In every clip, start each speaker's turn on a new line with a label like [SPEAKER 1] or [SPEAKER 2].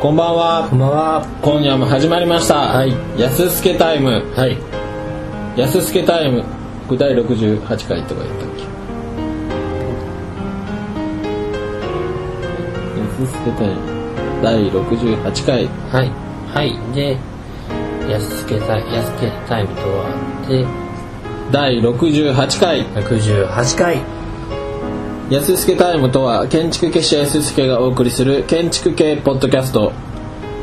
[SPEAKER 1] こんばんは
[SPEAKER 2] こんばんは。
[SPEAKER 1] 今夜も始まりました、
[SPEAKER 2] はい
[SPEAKER 1] やすすけタイム
[SPEAKER 2] はい。
[SPEAKER 1] やすすけタイムこれ第68回とか言ったっけやすすけタイム第68回
[SPEAKER 2] はい。はい。で、やすけタイム、やすけタイムとは、で、
[SPEAKER 1] 第68回
[SPEAKER 2] 118回。
[SPEAKER 1] やすすけタイムとは建築結社やすすけがお送りする建築系ポッドキャスト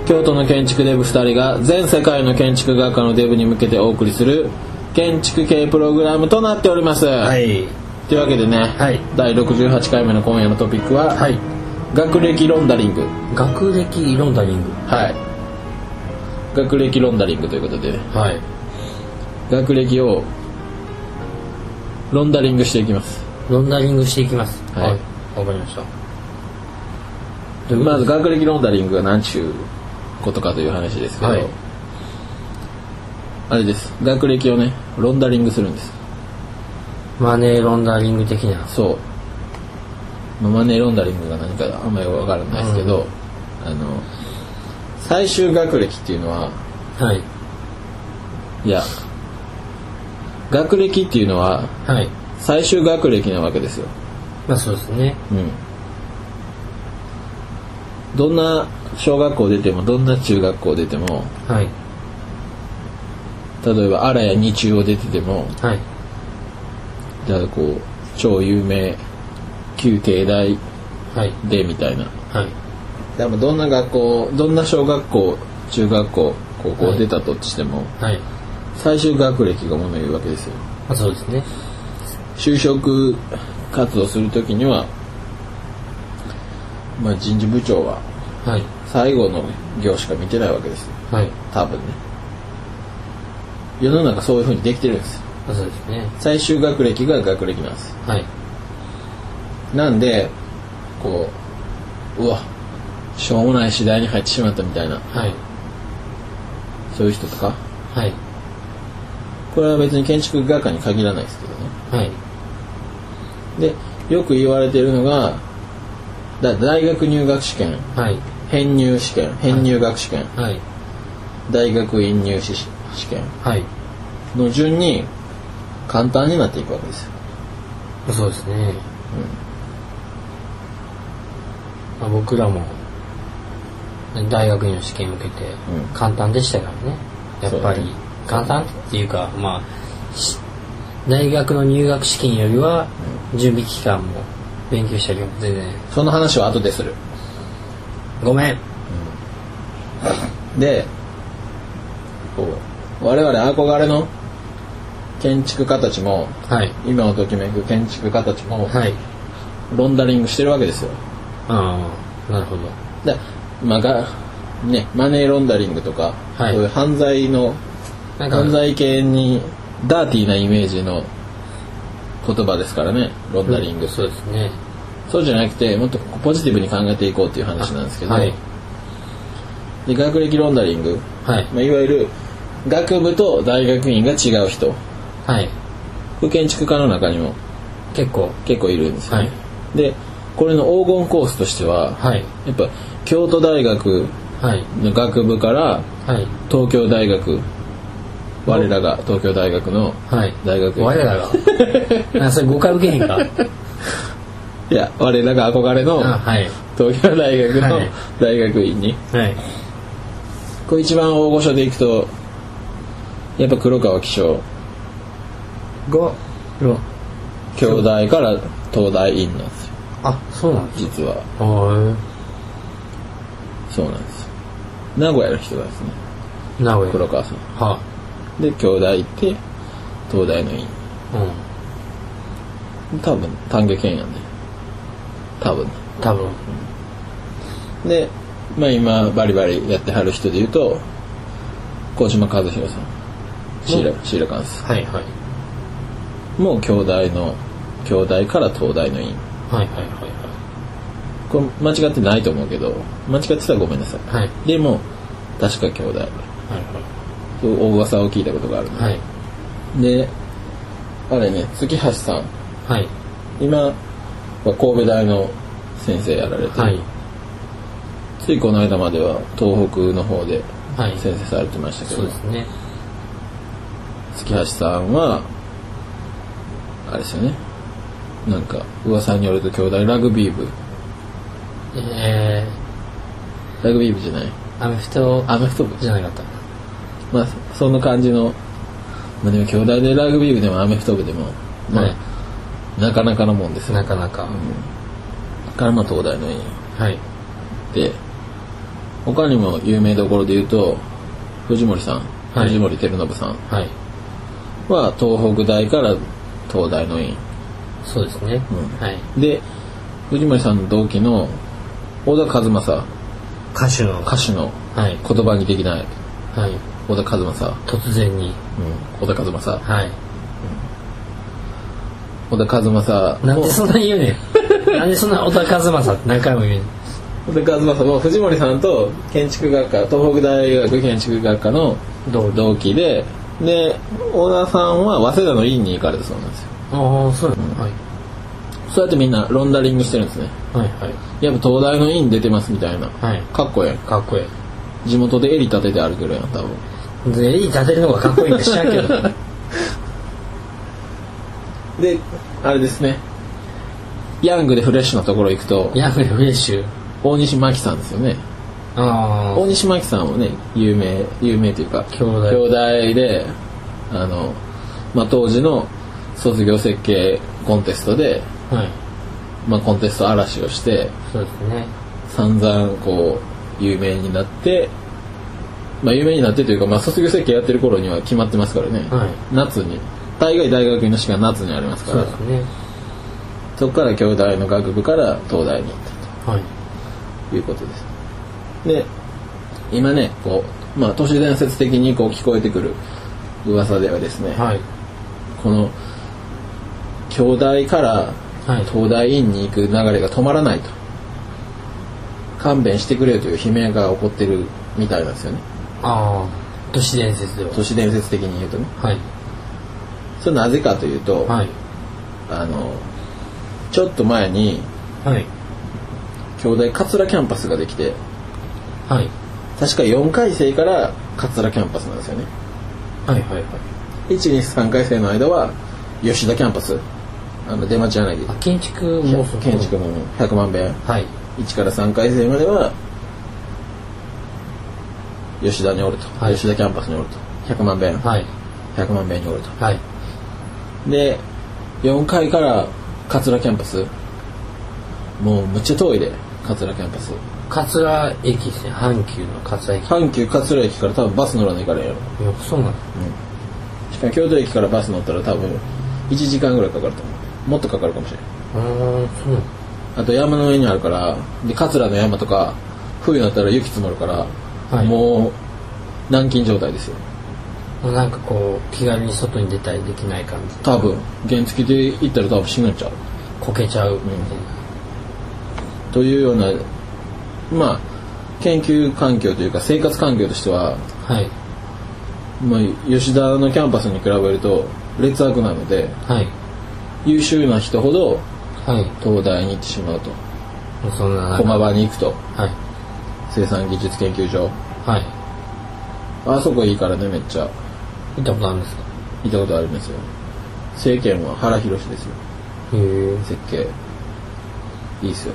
[SPEAKER 1] 京都の建築デブ2人が全世界の建築学科のデブに向けてお送りする建築系プログラムとなっております、
[SPEAKER 2] い。
[SPEAKER 1] というわけでね、
[SPEAKER 2] はい
[SPEAKER 1] 第68回目の今夜のトピックは、
[SPEAKER 2] はい。
[SPEAKER 1] 学歴ロンダリング
[SPEAKER 2] 学歴ロンダリング。
[SPEAKER 1] はい学歴ロンダリングということで
[SPEAKER 2] はい。
[SPEAKER 1] 学歴をロンダリングしていきます
[SPEAKER 2] ロンダリングしていきます。
[SPEAKER 1] はい
[SPEAKER 2] わかりました。
[SPEAKER 1] まず学歴ロンダリングが何ちゅうことかという話ですけど、
[SPEAKER 2] はい
[SPEAKER 1] あれです学歴をねロンダリングするんです
[SPEAKER 2] マネーロンダリング的な。
[SPEAKER 1] そうまあマネーロンダリングが何かあんまり分からないですけど、あの最終学歴っていうのは
[SPEAKER 2] はい。
[SPEAKER 1] いや学歴っていうのは
[SPEAKER 2] はい。
[SPEAKER 1] 最終学歴なわけですよ、
[SPEAKER 2] まあそうですね。
[SPEAKER 1] うん、どんな小学校出てもどんな中学校出ても
[SPEAKER 2] はい。
[SPEAKER 1] 例えば荒谷二中を出てても
[SPEAKER 2] はい。
[SPEAKER 1] じゃあこう超有名旧帝大
[SPEAKER 2] はい。
[SPEAKER 1] でみたいな
[SPEAKER 2] はい。
[SPEAKER 1] でもどんな学校どんな小学校中学校高校
[SPEAKER 2] はい
[SPEAKER 1] 出たとしても、
[SPEAKER 2] はい。
[SPEAKER 1] 最終学歴がもの言うわけですよ
[SPEAKER 2] まあそうですね。
[SPEAKER 1] 就職活動する時には、まあ、人事部長は
[SPEAKER 2] はい。
[SPEAKER 1] 最後の業しか見てないわけですよ
[SPEAKER 2] はい。
[SPEAKER 1] 多分ね世の中そういうふうにできてるんです
[SPEAKER 2] まあそうですね。
[SPEAKER 1] 最終学歴が学歴なんです
[SPEAKER 2] はい。
[SPEAKER 1] なんでこううわしょうもない次第に入ってしまったみたいな
[SPEAKER 2] はい。
[SPEAKER 1] そういう人とか
[SPEAKER 2] はい。
[SPEAKER 1] これは別に建築学科に限らないですけど
[SPEAKER 2] はい。
[SPEAKER 1] ねでよく言われてるのがだ大学入学試験
[SPEAKER 2] はい。
[SPEAKER 1] 編入試験編入学試験、
[SPEAKER 2] はい。
[SPEAKER 1] 大学院入試試験
[SPEAKER 2] はい。
[SPEAKER 1] の順に簡単になっていくわけですよ
[SPEAKER 2] まあそうですね。まあ、僕らも、大学院の試験を受けて
[SPEAKER 1] うん、
[SPEAKER 2] 簡単でしたからね。やっぱり
[SPEAKER 1] そうだね、
[SPEAKER 2] 簡単っていうか、まあ、し大学の入学試験よりは、準備期間も、勉強したりも全然、
[SPEAKER 1] その話は後でする
[SPEAKER 2] ごめん
[SPEAKER 1] でこう我々憧れの建築家たちも
[SPEAKER 2] はい。
[SPEAKER 1] 今をときめく建築家たちも
[SPEAKER 2] はい。
[SPEAKER 1] ロンダリングしてるわけですよ
[SPEAKER 2] ああ、なるほど。
[SPEAKER 1] でまあがね、マネーロンダリングとか、
[SPEAKER 2] はい
[SPEAKER 1] そういう犯罪の
[SPEAKER 2] なん
[SPEAKER 1] 犯
[SPEAKER 2] か、
[SPEAKER 1] 罪系にダーティーなイメージの言葉ですからねロンダリング、
[SPEAKER 2] そうですね。
[SPEAKER 1] そうじゃなくてもっとポジティブに考えていこうっていう話なんですけど、
[SPEAKER 2] はい。
[SPEAKER 1] で学歴ロンダリング、
[SPEAKER 2] はい。
[SPEAKER 1] まあ、いわゆる学部と大学院が違う人
[SPEAKER 2] はい。
[SPEAKER 1] これ建築家の中にも
[SPEAKER 2] 結構、
[SPEAKER 1] 結構いるんですよ、ね
[SPEAKER 2] はい
[SPEAKER 1] でこれの黄金コースとしては、
[SPEAKER 2] はい。
[SPEAKER 1] やっぱ京都大学
[SPEAKER 2] はい。
[SPEAKER 1] の学部から
[SPEAKER 2] はい。
[SPEAKER 1] 東京大学我らが東京大学の
[SPEAKER 2] はい。
[SPEAKER 1] 大学院
[SPEAKER 2] 我らが。 あ、それ誤解受けへんか。
[SPEAKER 1] いや我らが憧れの
[SPEAKER 2] あ、はい。
[SPEAKER 1] 東京大学の
[SPEAKER 2] はい
[SPEAKER 1] 大学院に、
[SPEAKER 2] はい。
[SPEAKER 1] これ一番大御所でいくとやっぱ黒川紀章
[SPEAKER 2] が、ろ
[SPEAKER 1] 京大から東大院なんですよ
[SPEAKER 2] あ、そうなんです
[SPEAKER 1] 実は
[SPEAKER 2] か。は
[SPEAKER 1] そうなんですよ名古屋の人なんですね
[SPEAKER 2] い。名古屋。
[SPEAKER 1] 黒川さん
[SPEAKER 2] は
[SPEAKER 1] で京大行って東大の院
[SPEAKER 2] い。うん。
[SPEAKER 1] 多分丹下県やね多分
[SPEAKER 2] 多分。
[SPEAKER 1] で、まあ、今バリバリやってはる人でいうと小島和弘さんシーラシーラカンス
[SPEAKER 2] はいはい。
[SPEAKER 1] もう京大の京大から東大の院
[SPEAKER 2] はいはいは
[SPEAKER 1] これ間違ってないと思うけど間違ってたらごめんなさい
[SPEAKER 2] いはい。はい
[SPEAKER 1] でも確か京大そう大噂を聞いたことがあるね、
[SPEAKER 2] はいはい。
[SPEAKER 1] であれね月橋さん
[SPEAKER 2] はい。
[SPEAKER 1] 今は神戸大の先生やられて、
[SPEAKER 2] はい。
[SPEAKER 1] ついこの間までは東北の方で
[SPEAKER 2] はい
[SPEAKER 1] 先生されてましたけど、
[SPEAKER 2] そうですね
[SPEAKER 1] 月橋さんはあれですよねなんか噂によると兄弟ラグビー部
[SPEAKER 2] え
[SPEAKER 1] ラグビー部じゃない
[SPEAKER 2] ー、アメフト
[SPEAKER 1] アメフト部
[SPEAKER 2] じゃなかった
[SPEAKER 1] まあその感じのまあでも兄弟でラグビー部でもアメフト部でもまあ、
[SPEAKER 2] は
[SPEAKER 1] なかなかのもんですよ
[SPEAKER 2] なかなか、
[SPEAKER 1] からまあ東大の院
[SPEAKER 2] はい
[SPEAKER 1] で他にも有名どころで言うと藤森さん、
[SPEAKER 2] はい
[SPEAKER 1] 藤森照信さん
[SPEAKER 2] はい
[SPEAKER 1] は東北大から東大の院
[SPEAKER 2] そうですね、はい
[SPEAKER 1] で藤森さんの同期の小田和正
[SPEAKER 2] 歌手の
[SPEAKER 1] 歌手の
[SPEAKER 2] はい
[SPEAKER 1] 言葉にできない
[SPEAKER 2] はい
[SPEAKER 1] 小田和正、
[SPEAKER 2] 突然に
[SPEAKER 1] 小田和正
[SPEAKER 2] はい
[SPEAKER 1] 小田和正
[SPEAKER 2] なんでそんなに言うね んなんでそんな小田和正って何回も言うねん
[SPEAKER 1] 小田和正も藤森さんと建築学科東北大学建築学科の
[SPEAKER 2] 同期
[SPEAKER 1] 同期でで小田さんは早稲田の院に行かれたそうなんですよ
[SPEAKER 2] ああそうなの、はい
[SPEAKER 1] そうやってみんなロンダリングしてるんですね
[SPEAKER 2] はいはい
[SPEAKER 1] やっぱ東大の院出てますみたいな
[SPEAKER 2] はい
[SPEAKER 1] かっこええ
[SPEAKER 2] かっこいい
[SPEAKER 1] 地元で襟立てて歩けるやん多分
[SPEAKER 2] 全員立てるのがかっこいいんか 知らんけど
[SPEAKER 1] であれですねヤングでフレッシュなところ行くと
[SPEAKER 2] ヤングフレッシュ
[SPEAKER 1] 大西真紀さんですよね
[SPEAKER 2] あ
[SPEAKER 1] 大西真紀さんはね有名有名というか
[SPEAKER 2] 兄弟
[SPEAKER 1] 兄弟であの、まあ、当時の卒業設計コンテストで、
[SPEAKER 2] あはい
[SPEAKER 1] まあ、コンテスト嵐をして
[SPEAKER 2] そうですね
[SPEAKER 1] 散々こう有名になって、まあ、有名になってというか、まあ、卒業設計やってる頃には決まってますからね、
[SPEAKER 2] はい
[SPEAKER 1] 夏に大概大学院の試験は夏にありますか
[SPEAKER 2] そう
[SPEAKER 1] ら
[SPEAKER 2] ですね
[SPEAKER 1] そこから兄弟の学部から東大に行った
[SPEAKER 2] はい
[SPEAKER 1] ということですで今ねこう、まあ、都市伝説的にこう聞こえてくる噂ではですね、
[SPEAKER 2] はい
[SPEAKER 1] この兄弟から
[SPEAKER 2] はい
[SPEAKER 1] 東大院に行く流れが止まらないと勘弁してくれよという悲鳴が起こってるみたいなんですよね
[SPEAKER 2] ああ都市伝説では
[SPEAKER 1] 都市伝説的に言うとね
[SPEAKER 2] はい
[SPEAKER 1] それなぜかというと、
[SPEAKER 2] はい
[SPEAKER 1] あのちょっと前に
[SPEAKER 2] はい
[SPEAKER 1] 兄弟桂キャンパスができて
[SPEAKER 2] はい
[SPEAKER 1] 確か4回生から桂キャンパスなんですよね
[SPEAKER 2] はいはいはい
[SPEAKER 1] 123回生の間は吉田キャンパスあの出町柳
[SPEAKER 2] あ建築もそう
[SPEAKER 1] 建築の100万遍
[SPEAKER 2] はい
[SPEAKER 1] 1から3回生までは吉田におると、
[SPEAKER 2] はい
[SPEAKER 1] 吉田キャンパスにおると100万遍
[SPEAKER 2] はい
[SPEAKER 1] 100万遍におると
[SPEAKER 2] はい
[SPEAKER 1] で4回から桂キャンパスもうむっちゃ遠いで桂キャンパス
[SPEAKER 2] 桂駅ですね阪急の桂駅
[SPEAKER 1] 阪急桂駅から多分バス乗らないからやろ
[SPEAKER 2] いやそうなの
[SPEAKER 1] しかも京都駅からバス乗ったら多分1時間ぐらいかかると思うもっとかかるかもしれないう
[SPEAKER 2] ーんそうなの
[SPEAKER 1] あと山の上にあるからで桂の山とか冬になったら雪積もるから、
[SPEAKER 2] はい
[SPEAKER 1] もう軟禁状態ですよ
[SPEAKER 2] もうなんかこう気軽に外に出たりできない感じ
[SPEAKER 1] 多分原付で行ったら多分死ぬんちゃう
[SPEAKER 2] こけちゃうみ
[SPEAKER 1] というようなまあ研究環境というか生活環境としては、
[SPEAKER 2] たいなはい
[SPEAKER 1] まあ、吉田のキャンパスに比べると劣悪なので
[SPEAKER 2] はい
[SPEAKER 1] 優秀な人ほど
[SPEAKER 2] はい
[SPEAKER 1] 東大に行ってしまうと
[SPEAKER 2] もうそんななんか
[SPEAKER 1] 駒場に行くと
[SPEAKER 2] はい
[SPEAKER 1] 生産技術研究所
[SPEAKER 2] はい
[SPEAKER 1] あそこいいからねめっちゃ
[SPEAKER 2] 見たことあるんですか
[SPEAKER 1] 行ったことありますよ政権は原宏ですよ
[SPEAKER 2] へえ
[SPEAKER 1] 設計いいっすよ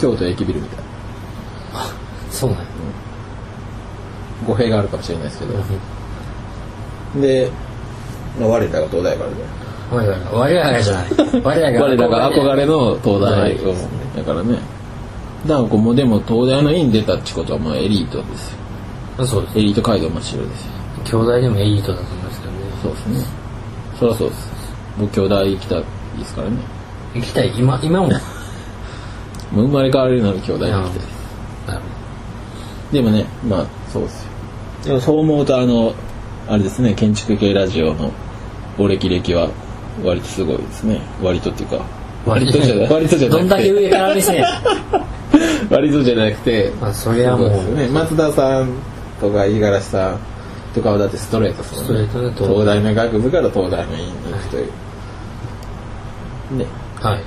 [SPEAKER 1] 京都駅ビルみたい
[SPEAKER 2] そうなんや
[SPEAKER 1] 語弊があるかもしれないですけどで、まあ、我らが東大からね
[SPEAKER 2] 我らが我らがじゃない我らが
[SPEAKER 1] 我らが憧れの東大
[SPEAKER 2] そうです
[SPEAKER 1] だからねだからこうもうでも東大の院出たってことはもうエリートですよ
[SPEAKER 2] あそうです
[SPEAKER 1] エリート街道真っ白ですよ
[SPEAKER 2] 兄弟でもエリートだと思いますけどね
[SPEAKER 1] そうですねそりゃそうです僕京大行きたいですからね
[SPEAKER 2] 行きたい今今もなる
[SPEAKER 1] もう生まれ変われるなら京大行きたいです
[SPEAKER 2] ほど
[SPEAKER 1] でもねまあそうですよでもそう思うとあのあれですね建築系ラジオのお歴々は割とすごいですね割とっていうか割とじゃない割とじゃな
[SPEAKER 2] どんだ
[SPEAKER 1] く
[SPEAKER 2] け
[SPEAKER 1] て
[SPEAKER 2] 上から目線や
[SPEAKER 1] 割とじゃなくて
[SPEAKER 2] まあそれは
[SPEAKER 1] そ
[SPEAKER 2] も
[SPEAKER 1] う
[SPEAKER 2] う
[SPEAKER 1] ですよね松田さんとか五十嵐さんとかはだってストレートですもんね
[SPEAKER 2] ストレートで
[SPEAKER 1] 東大の学部から東大の院に行くという、ね
[SPEAKER 2] はい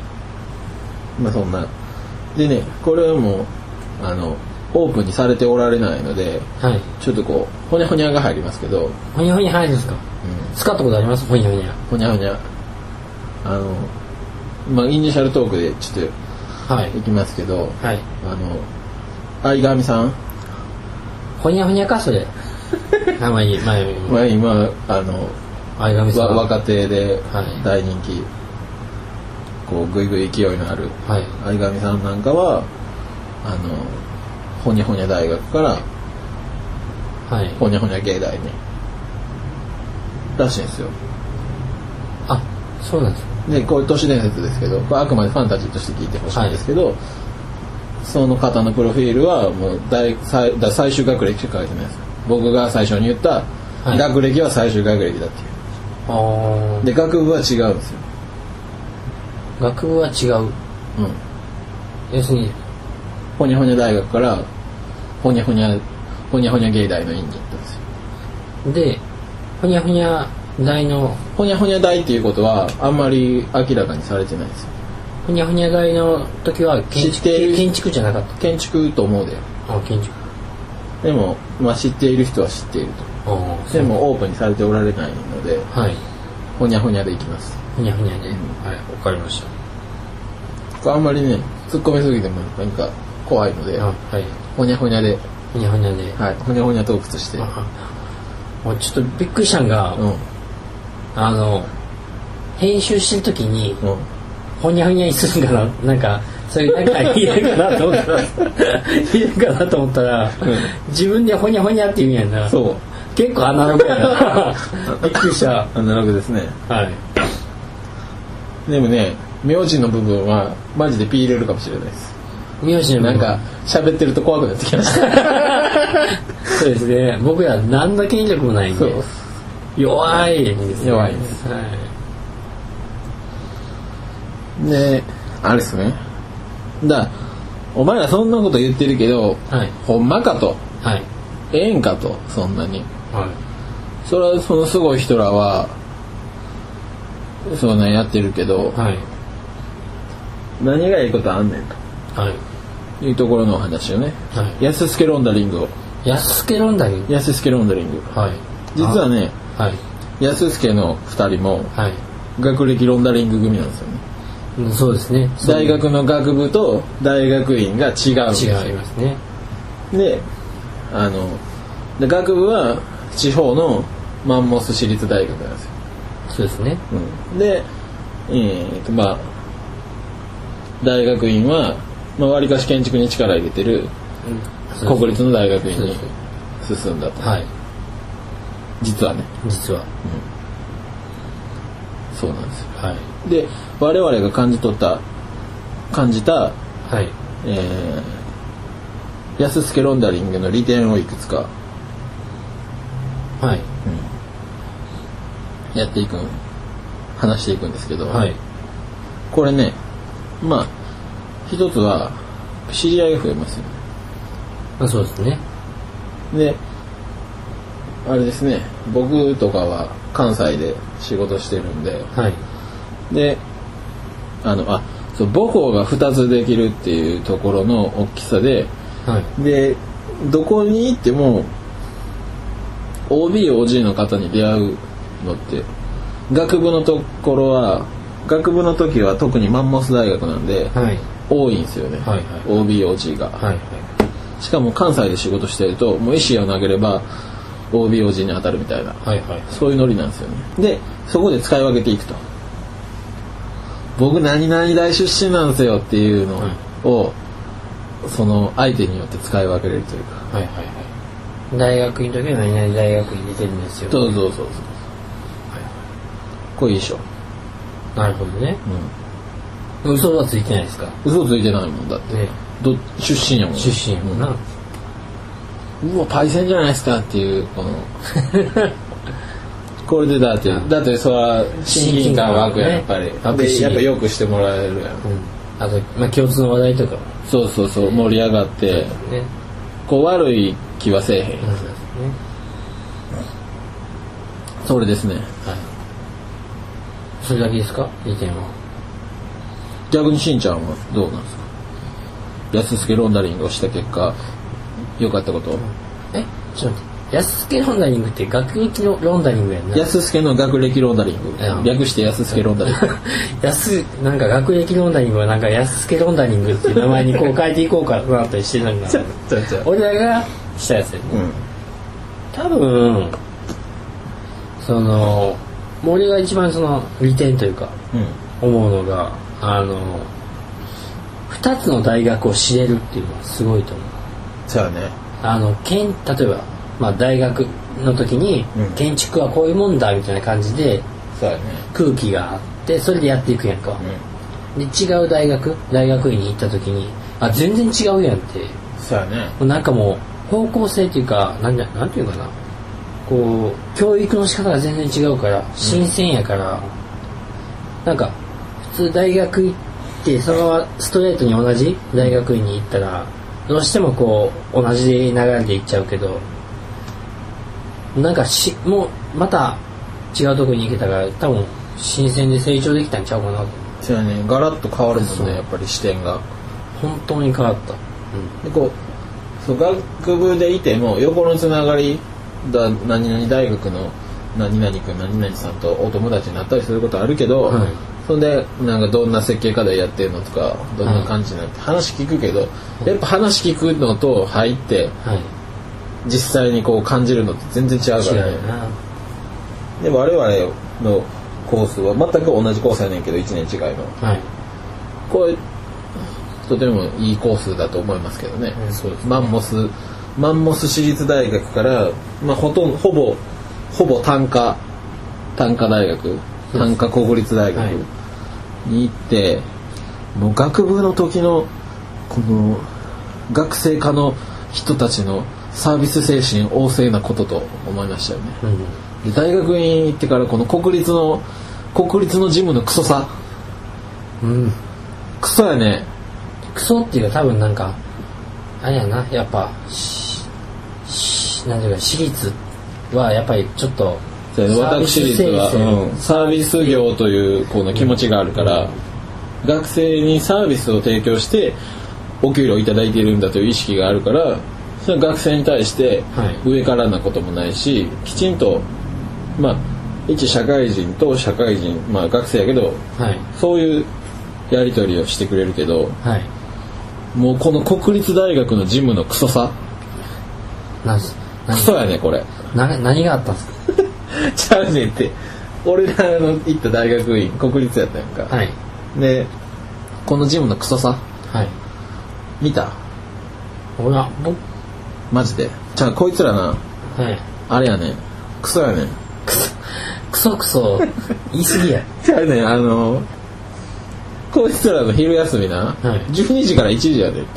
[SPEAKER 1] まあそんなでねこれはもうあのオープンにされておられないので
[SPEAKER 2] はい
[SPEAKER 1] ちょっとこうほにゃほにゃが入りますけど、
[SPEAKER 2] ほにゃほにゃ入るんですか使ったことありますほにゃほにゃ
[SPEAKER 1] ほにゃほにゃあのまあイニシャルトークでちょっ
[SPEAKER 2] はい
[SPEAKER 1] といきますけど
[SPEAKER 2] はい
[SPEAKER 1] あの相上さん
[SPEAKER 2] ほにゃほにゃかそ れあまあいいまあいい
[SPEAKER 1] は今あの
[SPEAKER 2] 相上さ
[SPEAKER 1] わ
[SPEAKER 2] ん
[SPEAKER 1] 若手で
[SPEAKER 2] はい
[SPEAKER 1] 大人気、こうグイグイ勢いのある
[SPEAKER 2] はい
[SPEAKER 1] 相上さんなんかはあのほにゃほにゃ大学から
[SPEAKER 2] はい
[SPEAKER 1] ほにゃほにゃ芸大にらしいんですよ
[SPEAKER 2] あそうなんですか
[SPEAKER 1] でこういう都市伝説ですけどこれあくまでファンタジーとして聞いてほしいんですけど、その方のプロフィールはもう大最だ最終学歴しか書いてないです僕が最初に言った、
[SPEAKER 2] はい
[SPEAKER 1] 学歴は最終学歴だっていう
[SPEAKER 2] あー
[SPEAKER 1] で学部は違うんですよ、
[SPEAKER 2] 学部は違う
[SPEAKER 1] うん、
[SPEAKER 2] 要するに
[SPEAKER 1] ほにゃほにゃ大学からほにゃほにゃほにゃほにゃ芸大の院に行ったんですよ
[SPEAKER 2] でほにゃほにゃ大の
[SPEAKER 1] ほにゃほにゃ大っていうことはあんまり明らかにされてないんですよ
[SPEAKER 2] ほにゃほにゃ大の時は建
[SPEAKER 1] 知って
[SPEAKER 2] 築
[SPEAKER 1] る
[SPEAKER 2] 建築じゃなかっ
[SPEAKER 1] 建築と思うで
[SPEAKER 2] たあ建築
[SPEAKER 1] でも、まあ、知っている人は知っている
[SPEAKER 2] ああ
[SPEAKER 1] とでもオープンにされておられないので
[SPEAKER 2] はい
[SPEAKER 1] ほにゃほにゃでいきます
[SPEAKER 2] ほにゃほにゃで、
[SPEAKER 1] うん
[SPEAKER 2] はいわかりまし
[SPEAKER 1] これあんまりね突っ込みすぎてもなんか怖いので
[SPEAKER 2] たあはい
[SPEAKER 1] ほにゃほにゃで、
[SPEAKER 2] ほにゃほにゃで
[SPEAKER 1] はい、ほにゃほにゃ洞窟してうん
[SPEAKER 2] あもうちょっとびっくりしたんが、あの編集してる時に
[SPEAKER 1] うん
[SPEAKER 2] ほにゃほにゃにするんかななんかそういうなんかいいのかなと思ったらいいのかなと思ったら、自分でほにゃほにゃって言うんやんな
[SPEAKER 1] そう
[SPEAKER 2] 結構アナログや なびっく りした
[SPEAKER 1] アナログですね
[SPEAKER 2] はい
[SPEAKER 1] でもね名字の部分はマジでピー入れるかもしれないです
[SPEAKER 2] 名字の
[SPEAKER 1] な
[SPEAKER 2] なんん
[SPEAKER 1] か
[SPEAKER 2] か
[SPEAKER 1] 喋ってると怖くなってきました
[SPEAKER 2] そうですね僕ら何の権力もないん
[SPEAKER 1] そ
[SPEAKER 2] で
[SPEAKER 1] う
[SPEAKER 2] 弱いんですね
[SPEAKER 1] 弱いです
[SPEAKER 2] はい、
[SPEAKER 1] であれですねだお前らそんなこと言ってるけど
[SPEAKER 2] はい
[SPEAKER 1] ほんまかと
[SPEAKER 2] はい
[SPEAKER 1] ええんかとそんなに
[SPEAKER 2] はい
[SPEAKER 1] それはそのすごい人らはそんなんやってるけど
[SPEAKER 2] はい
[SPEAKER 1] 何がいいことあんねん
[SPEAKER 2] はい
[SPEAKER 1] というところのお話よね
[SPEAKER 2] は
[SPEAKER 1] 安助ロンダリングを
[SPEAKER 2] い安助ロンダリング
[SPEAKER 1] 安助ロンダリング
[SPEAKER 2] はい
[SPEAKER 1] 実はね
[SPEAKER 2] はい
[SPEAKER 1] 安助の2人も
[SPEAKER 2] はい
[SPEAKER 1] 学歴ロンダリング組なんですよね
[SPEAKER 2] うんそうですね
[SPEAKER 1] 大学の学部と大学院が違うんですよ
[SPEAKER 2] 違いますね
[SPEAKER 1] であので学部は地方のマンモス市立大学なんですよ、
[SPEAKER 2] そうですね
[SPEAKER 1] うん、でえーとまあ大学院はまあ、割かし建築に力入れてる
[SPEAKER 2] そう
[SPEAKER 1] 国立の大学院
[SPEAKER 2] そう
[SPEAKER 1] に
[SPEAKER 2] です
[SPEAKER 1] 進んだと
[SPEAKER 2] はい
[SPEAKER 1] 実はね
[SPEAKER 2] 実は
[SPEAKER 1] そうなんですよ
[SPEAKER 2] はい
[SPEAKER 1] で我々が感じ取った感じた、
[SPEAKER 2] はい
[SPEAKER 1] えー、安助ロンダリングの利点をいくつか
[SPEAKER 2] はい
[SPEAKER 1] やっていくん話していくんですけど、
[SPEAKER 2] はい
[SPEAKER 1] これねまあ一つは知り合いが増えますよ
[SPEAKER 2] まあそうですね
[SPEAKER 1] ねであれですね僕とかは関西で仕事してるんで
[SPEAKER 2] はい
[SPEAKER 1] であのあそう母校が2つできるっていうところの大きさで
[SPEAKER 2] はい
[SPEAKER 1] でどこに行っても OBOG の方に出会うのって学部のところは学部の時は特にマンモス大学なんで
[SPEAKER 2] はい
[SPEAKER 1] 多いんですよね、
[SPEAKER 2] はいはい
[SPEAKER 1] OBOG が、
[SPEAKER 2] はい
[SPEAKER 1] しかも関西で仕事してるともう石を投げれば OBOG に当たるみたいな
[SPEAKER 2] はいはい
[SPEAKER 1] そういうノリなんですよねでそこで使い分けていくと僕何々大出身なんですよっていうのを、その相手によって使い分けれるというか
[SPEAKER 2] はいはいはい大学院の時は何々大学院出てるんですよ
[SPEAKER 1] そうそうそうそう、これいいでしょ、
[SPEAKER 2] なるほどね
[SPEAKER 1] う
[SPEAKER 2] 嘘はついてないですか
[SPEAKER 1] ん、嘘ついてないもんだって
[SPEAKER 2] ね
[SPEAKER 1] ど出身やもん
[SPEAKER 2] 出身やもんな
[SPEAKER 1] うわパイセンじゃないですかっていうこの これでだって、だってそれは親近感湧くやんやっぱり、
[SPEAKER 2] 親近感湧くね
[SPEAKER 1] でやっぱよくしてもらえるやん
[SPEAKER 2] うんあとまあ共通の話題とかも
[SPEAKER 1] そうそうそう盛り上がって
[SPEAKER 2] ね
[SPEAKER 1] こう悪い気はせえへん
[SPEAKER 2] そうですね
[SPEAKER 1] それですね
[SPEAKER 2] はいそれだけですか利点は
[SPEAKER 1] 逆にしんちゃんはどうなんですか安助ロンダリングをした結果良かったこと
[SPEAKER 2] えちょっと待って安助ロンダリングって学歴のロンダリングやんな
[SPEAKER 1] 安助の学歴ロンダリン
[SPEAKER 2] うん
[SPEAKER 1] グ略して安助ロンダリング
[SPEAKER 2] 安なんか学歴ロンダリングはなんか安助ロンダリングっていう名前にこう変えていこうかなったりしてたん だ俺らがしたやつやね
[SPEAKER 1] うん
[SPEAKER 2] 多分そのもう俺が一番その利点というか
[SPEAKER 1] うん
[SPEAKER 2] 思うのがあの2つの大学を知れるっていうのはすごいと思う
[SPEAKER 1] そうやね
[SPEAKER 2] あのけん例えば、まあ、大学の時に
[SPEAKER 1] うん
[SPEAKER 2] 建築はこういうもんだみたいな感じで
[SPEAKER 1] そうやね
[SPEAKER 2] 空気があってそれでやっていくやんか、で違う大学大学院に行った時にあ全然違うやんって
[SPEAKER 1] う
[SPEAKER 2] も
[SPEAKER 1] んそうやね
[SPEAKER 2] うなんかもう方向性っていうかなんじゃなんていうかなこう教育の仕方が全然違うから新鮮やから、なんか普通大学行ってそのままストレートに同じ大学院に行ったらどうしてもこう同じ流れで行っちゃうけどなんかしもうまた違うとこに行けたから多分新鮮で成長できたんちゃうかなと
[SPEAKER 1] そうやねガラッと変わるもん
[SPEAKER 2] そう
[SPEAKER 1] ねやっぱり視点が
[SPEAKER 2] 本当に変わった、
[SPEAKER 1] でこうそう学部でいても横のつながりだ何々大学の何々君何々さんとお友達になったりすることあるけど、
[SPEAKER 2] はい
[SPEAKER 1] そんでなんかどんな設計課題やってるのとかどんな感じなんて話聞くけど、やっぱ話聞くのと入って
[SPEAKER 2] はい
[SPEAKER 1] 実際にこう感じるのって全然違うか
[SPEAKER 2] 違
[SPEAKER 1] ら
[SPEAKER 2] うよ
[SPEAKER 1] ね
[SPEAKER 2] な
[SPEAKER 1] で我々のコースは全く同じコースやねんけど1年違いの
[SPEAKER 2] はい
[SPEAKER 1] これとてもいいコースだと思いますけどね、
[SPEAKER 2] うんそうですね
[SPEAKER 1] マンモスマンモス私立大学から、まあ、ほとんどほぼほぼ単科単科大学
[SPEAKER 2] す
[SPEAKER 1] 単科国立大学
[SPEAKER 2] はい
[SPEAKER 1] に行って、もう学部の時のこの学生科の人たちのサービス精神旺盛なことと思いましたよね
[SPEAKER 2] うん
[SPEAKER 1] で大学院行ってからこの国立の国立のジムのクソさ
[SPEAKER 2] うん
[SPEAKER 1] クソやね
[SPEAKER 2] クソっていうか多分なんかあれやなやっぱししなんていうか私立はやっぱりちょっと
[SPEAKER 1] そうやね私立は
[SPEAKER 2] サービス精神
[SPEAKER 1] うんサービス業というこの気持ちがあるから、学生にサービスを提供してお給料をいただいているんだという意識があるからそれは学生に対して
[SPEAKER 2] はい
[SPEAKER 1] 上からなこともないし、きちんとまあ一社会人と社会人まあ学生やけど
[SPEAKER 2] はい
[SPEAKER 1] そういうやり取りをしてくれるけど
[SPEAKER 2] はい
[SPEAKER 1] もうこの国立大学のジムのクソさ
[SPEAKER 2] なんす
[SPEAKER 1] ク
[SPEAKER 2] 何
[SPEAKER 1] ソやねこれ
[SPEAKER 2] な何があったんです
[SPEAKER 1] ちゃうねんって俺らの行った大学院国立やったやんか、
[SPEAKER 2] かはい
[SPEAKER 1] でこのジムのクソさ
[SPEAKER 2] はい
[SPEAKER 1] 見た
[SPEAKER 2] ほら僕
[SPEAKER 1] マジでじゃあこいつらな
[SPEAKER 2] はい
[SPEAKER 1] あれやねんクソやねん
[SPEAKER 2] クソクソ言い過 ぎや
[SPEAKER 1] じゃあねんあのこいつらの昼休みな、
[SPEAKER 2] はい
[SPEAKER 1] 12時から1時やでって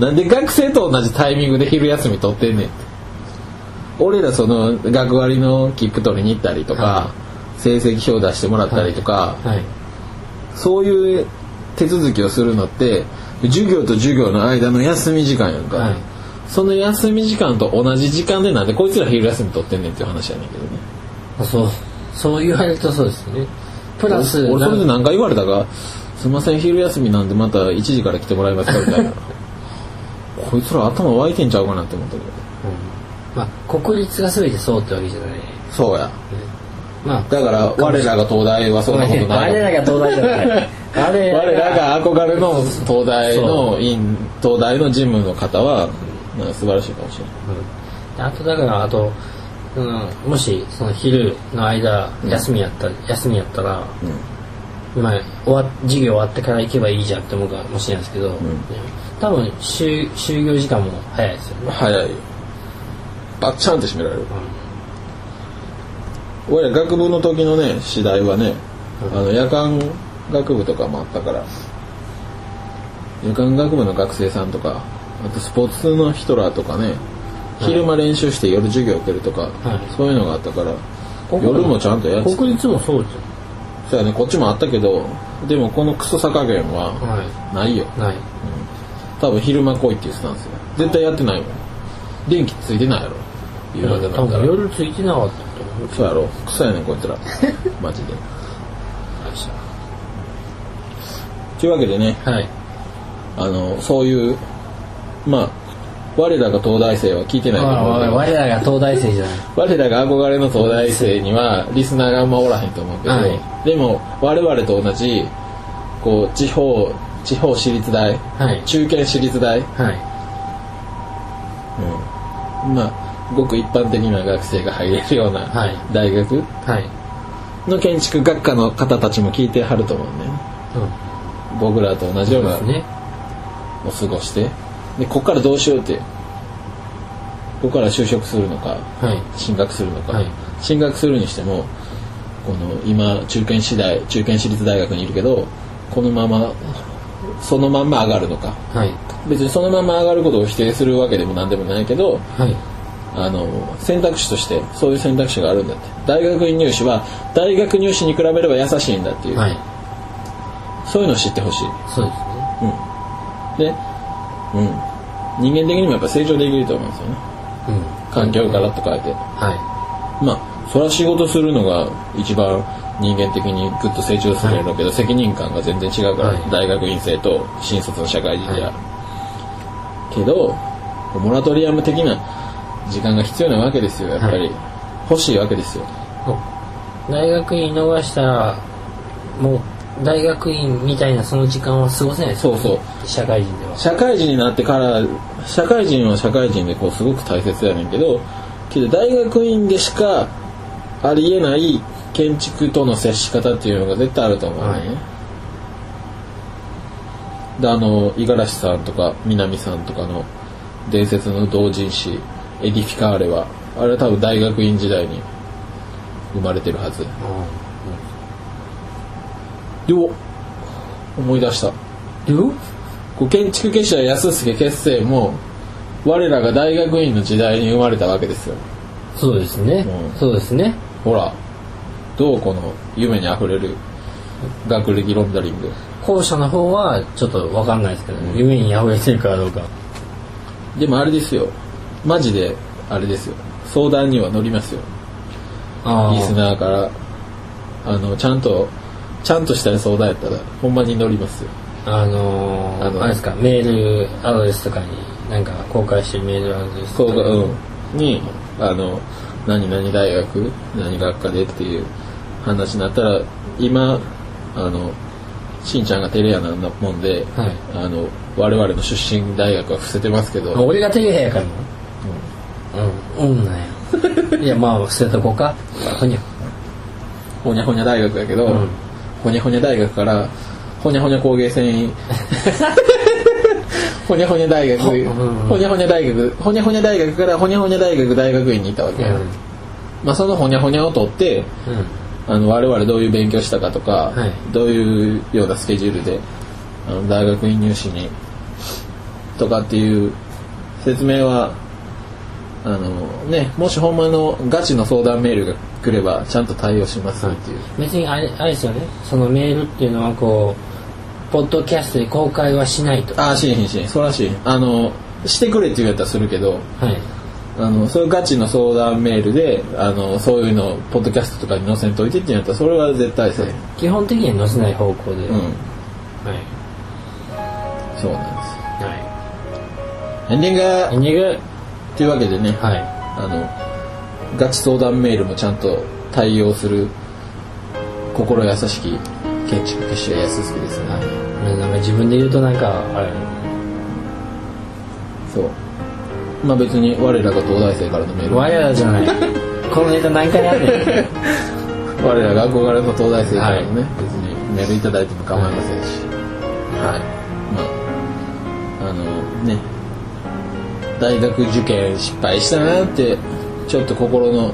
[SPEAKER 1] なんで学生と同じタイミングで昼休み取ってんねんって俺らその学割の切符取りに行ったりとか、
[SPEAKER 2] は
[SPEAKER 1] 成績表出してもらったりとか、
[SPEAKER 2] はい
[SPEAKER 1] そういう手続きをするのって授業と授業の間の休み時間やんか、
[SPEAKER 2] はい
[SPEAKER 1] その休み時間と同じ時間でなんでこいつら昼休み取ってんねんっていう話やねんけどね
[SPEAKER 2] あそうそう言われるとそうですよねプラス
[SPEAKER 1] 俺俺それ
[SPEAKER 2] な
[SPEAKER 1] で
[SPEAKER 2] ん
[SPEAKER 1] 何回言われたか「すいません昼休みなんでまた1時から来てもらえますか」みたいなこいつら頭湧いてんちゃうかなって思ったけど
[SPEAKER 2] まあ国立が全てそうってわけじゃない
[SPEAKER 1] そうや
[SPEAKER 2] まあ
[SPEAKER 1] だから我らが東大はそんなことない
[SPEAKER 2] 我らが東 大じゃない我
[SPEAKER 1] 我らが憧れの東大
[SPEAKER 2] そ
[SPEAKER 1] の
[SPEAKER 2] う
[SPEAKER 1] 院東大のジムの方はなんか素晴らしいかもしれない
[SPEAKER 2] うんあとだからあと、うん、もしその昼の間休みやった、休みやったら、まあ、終わ授業終わってから行けばいいじゃんって思うかもしれないですけど、多分就就業時間も早いですよね
[SPEAKER 1] 早いバッチャンって閉められる、俺ら学部の時のね次第はね、
[SPEAKER 2] うん
[SPEAKER 1] あの夜間学部とかもあったから夜間学部の学生さんとかあとスポーツの人らとかね昼間練習して夜授業受けるとか、
[SPEAKER 2] い
[SPEAKER 1] そういうのがあったから夜もちゃんとやって
[SPEAKER 2] 国立もそうですよ
[SPEAKER 1] そうやねこっちもあったけどでもこのクソさ加減は
[SPEAKER 2] は
[SPEAKER 1] ないよ
[SPEAKER 2] いない
[SPEAKER 1] 多分昼間来いって言ってたんですよ絶対やってないもん電気ついてないやろ夕方にな
[SPEAKER 2] 多
[SPEAKER 1] った
[SPEAKER 2] 分
[SPEAKER 1] ら
[SPEAKER 2] 夜ついてなかったと思い
[SPEAKER 1] そうやろクソやねんこいつ らマジで
[SPEAKER 2] まし
[SPEAKER 1] というわけでね
[SPEAKER 2] たはい
[SPEAKER 1] あのそういうまあ我らが東大生は聞いてないと思うけど
[SPEAKER 2] 我らが東大生じゃない
[SPEAKER 1] 我らが憧れの東大生にはリスナーがあんまおらへんと思うけど、
[SPEAKER 2] はい
[SPEAKER 1] でも我々と同じこう地方地方私立大、
[SPEAKER 2] はい
[SPEAKER 1] 中堅私立大、
[SPEAKER 2] はい
[SPEAKER 1] まあ、ごく一般的な学生が入れるような
[SPEAKER 2] はい
[SPEAKER 1] 大学
[SPEAKER 2] はい、
[SPEAKER 1] の建築学科の方たちも聞いてはると思うね
[SPEAKER 2] う、
[SPEAKER 1] 僕らと同じようんな
[SPEAKER 2] ですね
[SPEAKER 1] お過ごしてでこっからどうしようってここから就職するのか
[SPEAKER 2] はい
[SPEAKER 1] 進学するのか、
[SPEAKER 2] はい
[SPEAKER 1] 進学するにしてもこの今中堅私大中堅私立大学にいるけどこのままそのまんま上がるのか
[SPEAKER 2] はい
[SPEAKER 1] 別にそのまま上がることを否定するわけでも何でもないけど
[SPEAKER 2] はい
[SPEAKER 1] あの選択肢としてそういう選択肢があるんだって大学院入試は大学入試に比べれば優しいんだっていう、
[SPEAKER 2] はい
[SPEAKER 1] そういうのを知ってほしい
[SPEAKER 2] そうですね
[SPEAKER 1] で、うん、人間的にもやっぱ成長できると思うんですよね
[SPEAKER 2] うん
[SPEAKER 1] 環境からと変えて
[SPEAKER 2] は
[SPEAKER 1] まあそれは仕事するのが一番人間的にぐっと成長するんやろうけど、責任感が全然違うから、
[SPEAKER 2] はい
[SPEAKER 1] 大学院生と新卒の社会人では、けどモラトリアム的な時間が必要なわけですよやっぱり、
[SPEAKER 2] は
[SPEAKER 1] 欲しいわけですよ
[SPEAKER 2] い大学院逃したらもう大学院みたいなその時間は過ごせないです
[SPEAKER 1] そうそう
[SPEAKER 2] 社会人では
[SPEAKER 1] 社会人になってから社会人は社会人でこうすごく大切やねんけどけど大学院でしかありえない建築との接し方っていうのが絶対あると思うね、
[SPEAKER 2] はい
[SPEAKER 1] であの五十嵐さんとか南さんとかの伝説の同人誌「エディフィカーレは」あれは多分大学院時代に生まれてるはずでお思い出した
[SPEAKER 2] うん
[SPEAKER 1] こう建築結社安助結成も我らが大学院の時代に生まれたわけですよ
[SPEAKER 2] そうですね、
[SPEAKER 1] うん
[SPEAKER 2] そうですね
[SPEAKER 1] ほらどうこの夢にあふれる学歴ロンダリング
[SPEAKER 2] 後者の方はちょっとわかんないですけど、ね夢に溢れてるかどうか
[SPEAKER 1] でもあれですよマジであれですよ相談には乗りますよ
[SPEAKER 2] あ
[SPEAKER 1] リスナーからあのちゃんとちゃんとした相談やったらほんまに乗りますよ
[SPEAKER 2] あのー、
[SPEAKER 1] あ
[SPEAKER 2] あ
[SPEAKER 1] の
[SPEAKER 2] れですかメールアドレスとかになんか公開してるメールアドレス
[SPEAKER 1] そう
[SPEAKER 2] とか
[SPEAKER 1] かうんにあの何々大学何学科でっていう話になったら今あのしんちゃんがテレアなんだもんで、
[SPEAKER 2] はい
[SPEAKER 1] あの我々の出身大学は伏せてますけど
[SPEAKER 2] 俺がテレビやからなうんうんなんやいやまあ捨てとこうかほにゃ
[SPEAKER 1] ほにゃほにゃ大学やけど、
[SPEAKER 2] うん
[SPEAKER 1] ほにゃほにゃ大学からほにゃほにゃ工芸 繊維ほにゃほにゃ大学
[SPEAKER 2] ほうん
[SPEAKER 1] ほにゃほにゃ大学ほにゃほにゃ大学からほにゃほにゃ大学大学院に行ったわけ、
[SPEAKER 2] うん
[SPEAKER 1] まあ、そのほにゃほにゃを取ってあの我々どういう勉強したかとか、
[SPEAKER 2] はい
[SPEAKER 1] どういうようなスケジュールであの大学院入試にとかっていう説明はあのねもしほんまのガチの相談メールが来ればちゃんと対応しますっていう、
[SPEAKER 2] 別にあれあれですよねそのメールっていうのはこうポッドキャストで公開はしないと
[SPEAKER 1] ああしんへんしんそらしいあのしてくれって言うやったらするけど
[SPEAKER 2] はい
[SPEAKER 1] あのそういうガチの相談メールであのそういうのをポッドキャストとかに載せんといてって言うんやったらそれは絶対せん、
[SPEAKER 2] 基本的には載せない方向で、
[SPEAKER 1] う
[SPEAKER 2] はい
[SPEAKER 1] んそうなんです
[SPEAKER 2] は
[SPEAKER 1] エンディング
[SPEAKER 2] いエンディング
[SPEAKER 1] というわけでね、
[SPEAKER 2] はい
[SPEAKER 1] あのガチ相談メールもちゃんと対応する心優しき建築結社安助ですね
[SPEAKER 2] なんか自分で言うとなんかあれ
[SPEAKER 1] そうまあ別に我らが東大生からのメール
[SPEAKER 2] 我らじゃない このネタ何回やってんの
[SPEAKER 1] 我らが憧れの東大生からのね、別にメールいただいても構いませんし、
[SPEAKER 2] は
[SPEAKER 1] まああのね大学受験失敗したなってちょっと心の
[SPEAKER 2] いは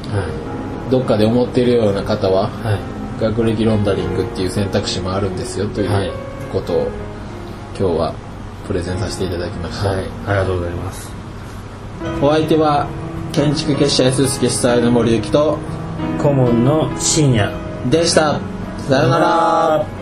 [SPEAKER 1] どっかで思っているような方はい
[SPEAKER 2] はい
[SPEAKER 1] 学歴ロンダリングっていう選択肢もあるんですよとい
[SPEAKER 2] はいう
[SPEAKER 1] ことを今日はプレゼンさせていただきました、
[SPEAKER 2] はいありがとうございます
[SPEAKER 1] お相手は建築結社 S 助主催の森幸と
[SPEAKER 2] 顧問の深夜
[SPEAKER 1] でしたさようなら
[SPEAKER 2] あー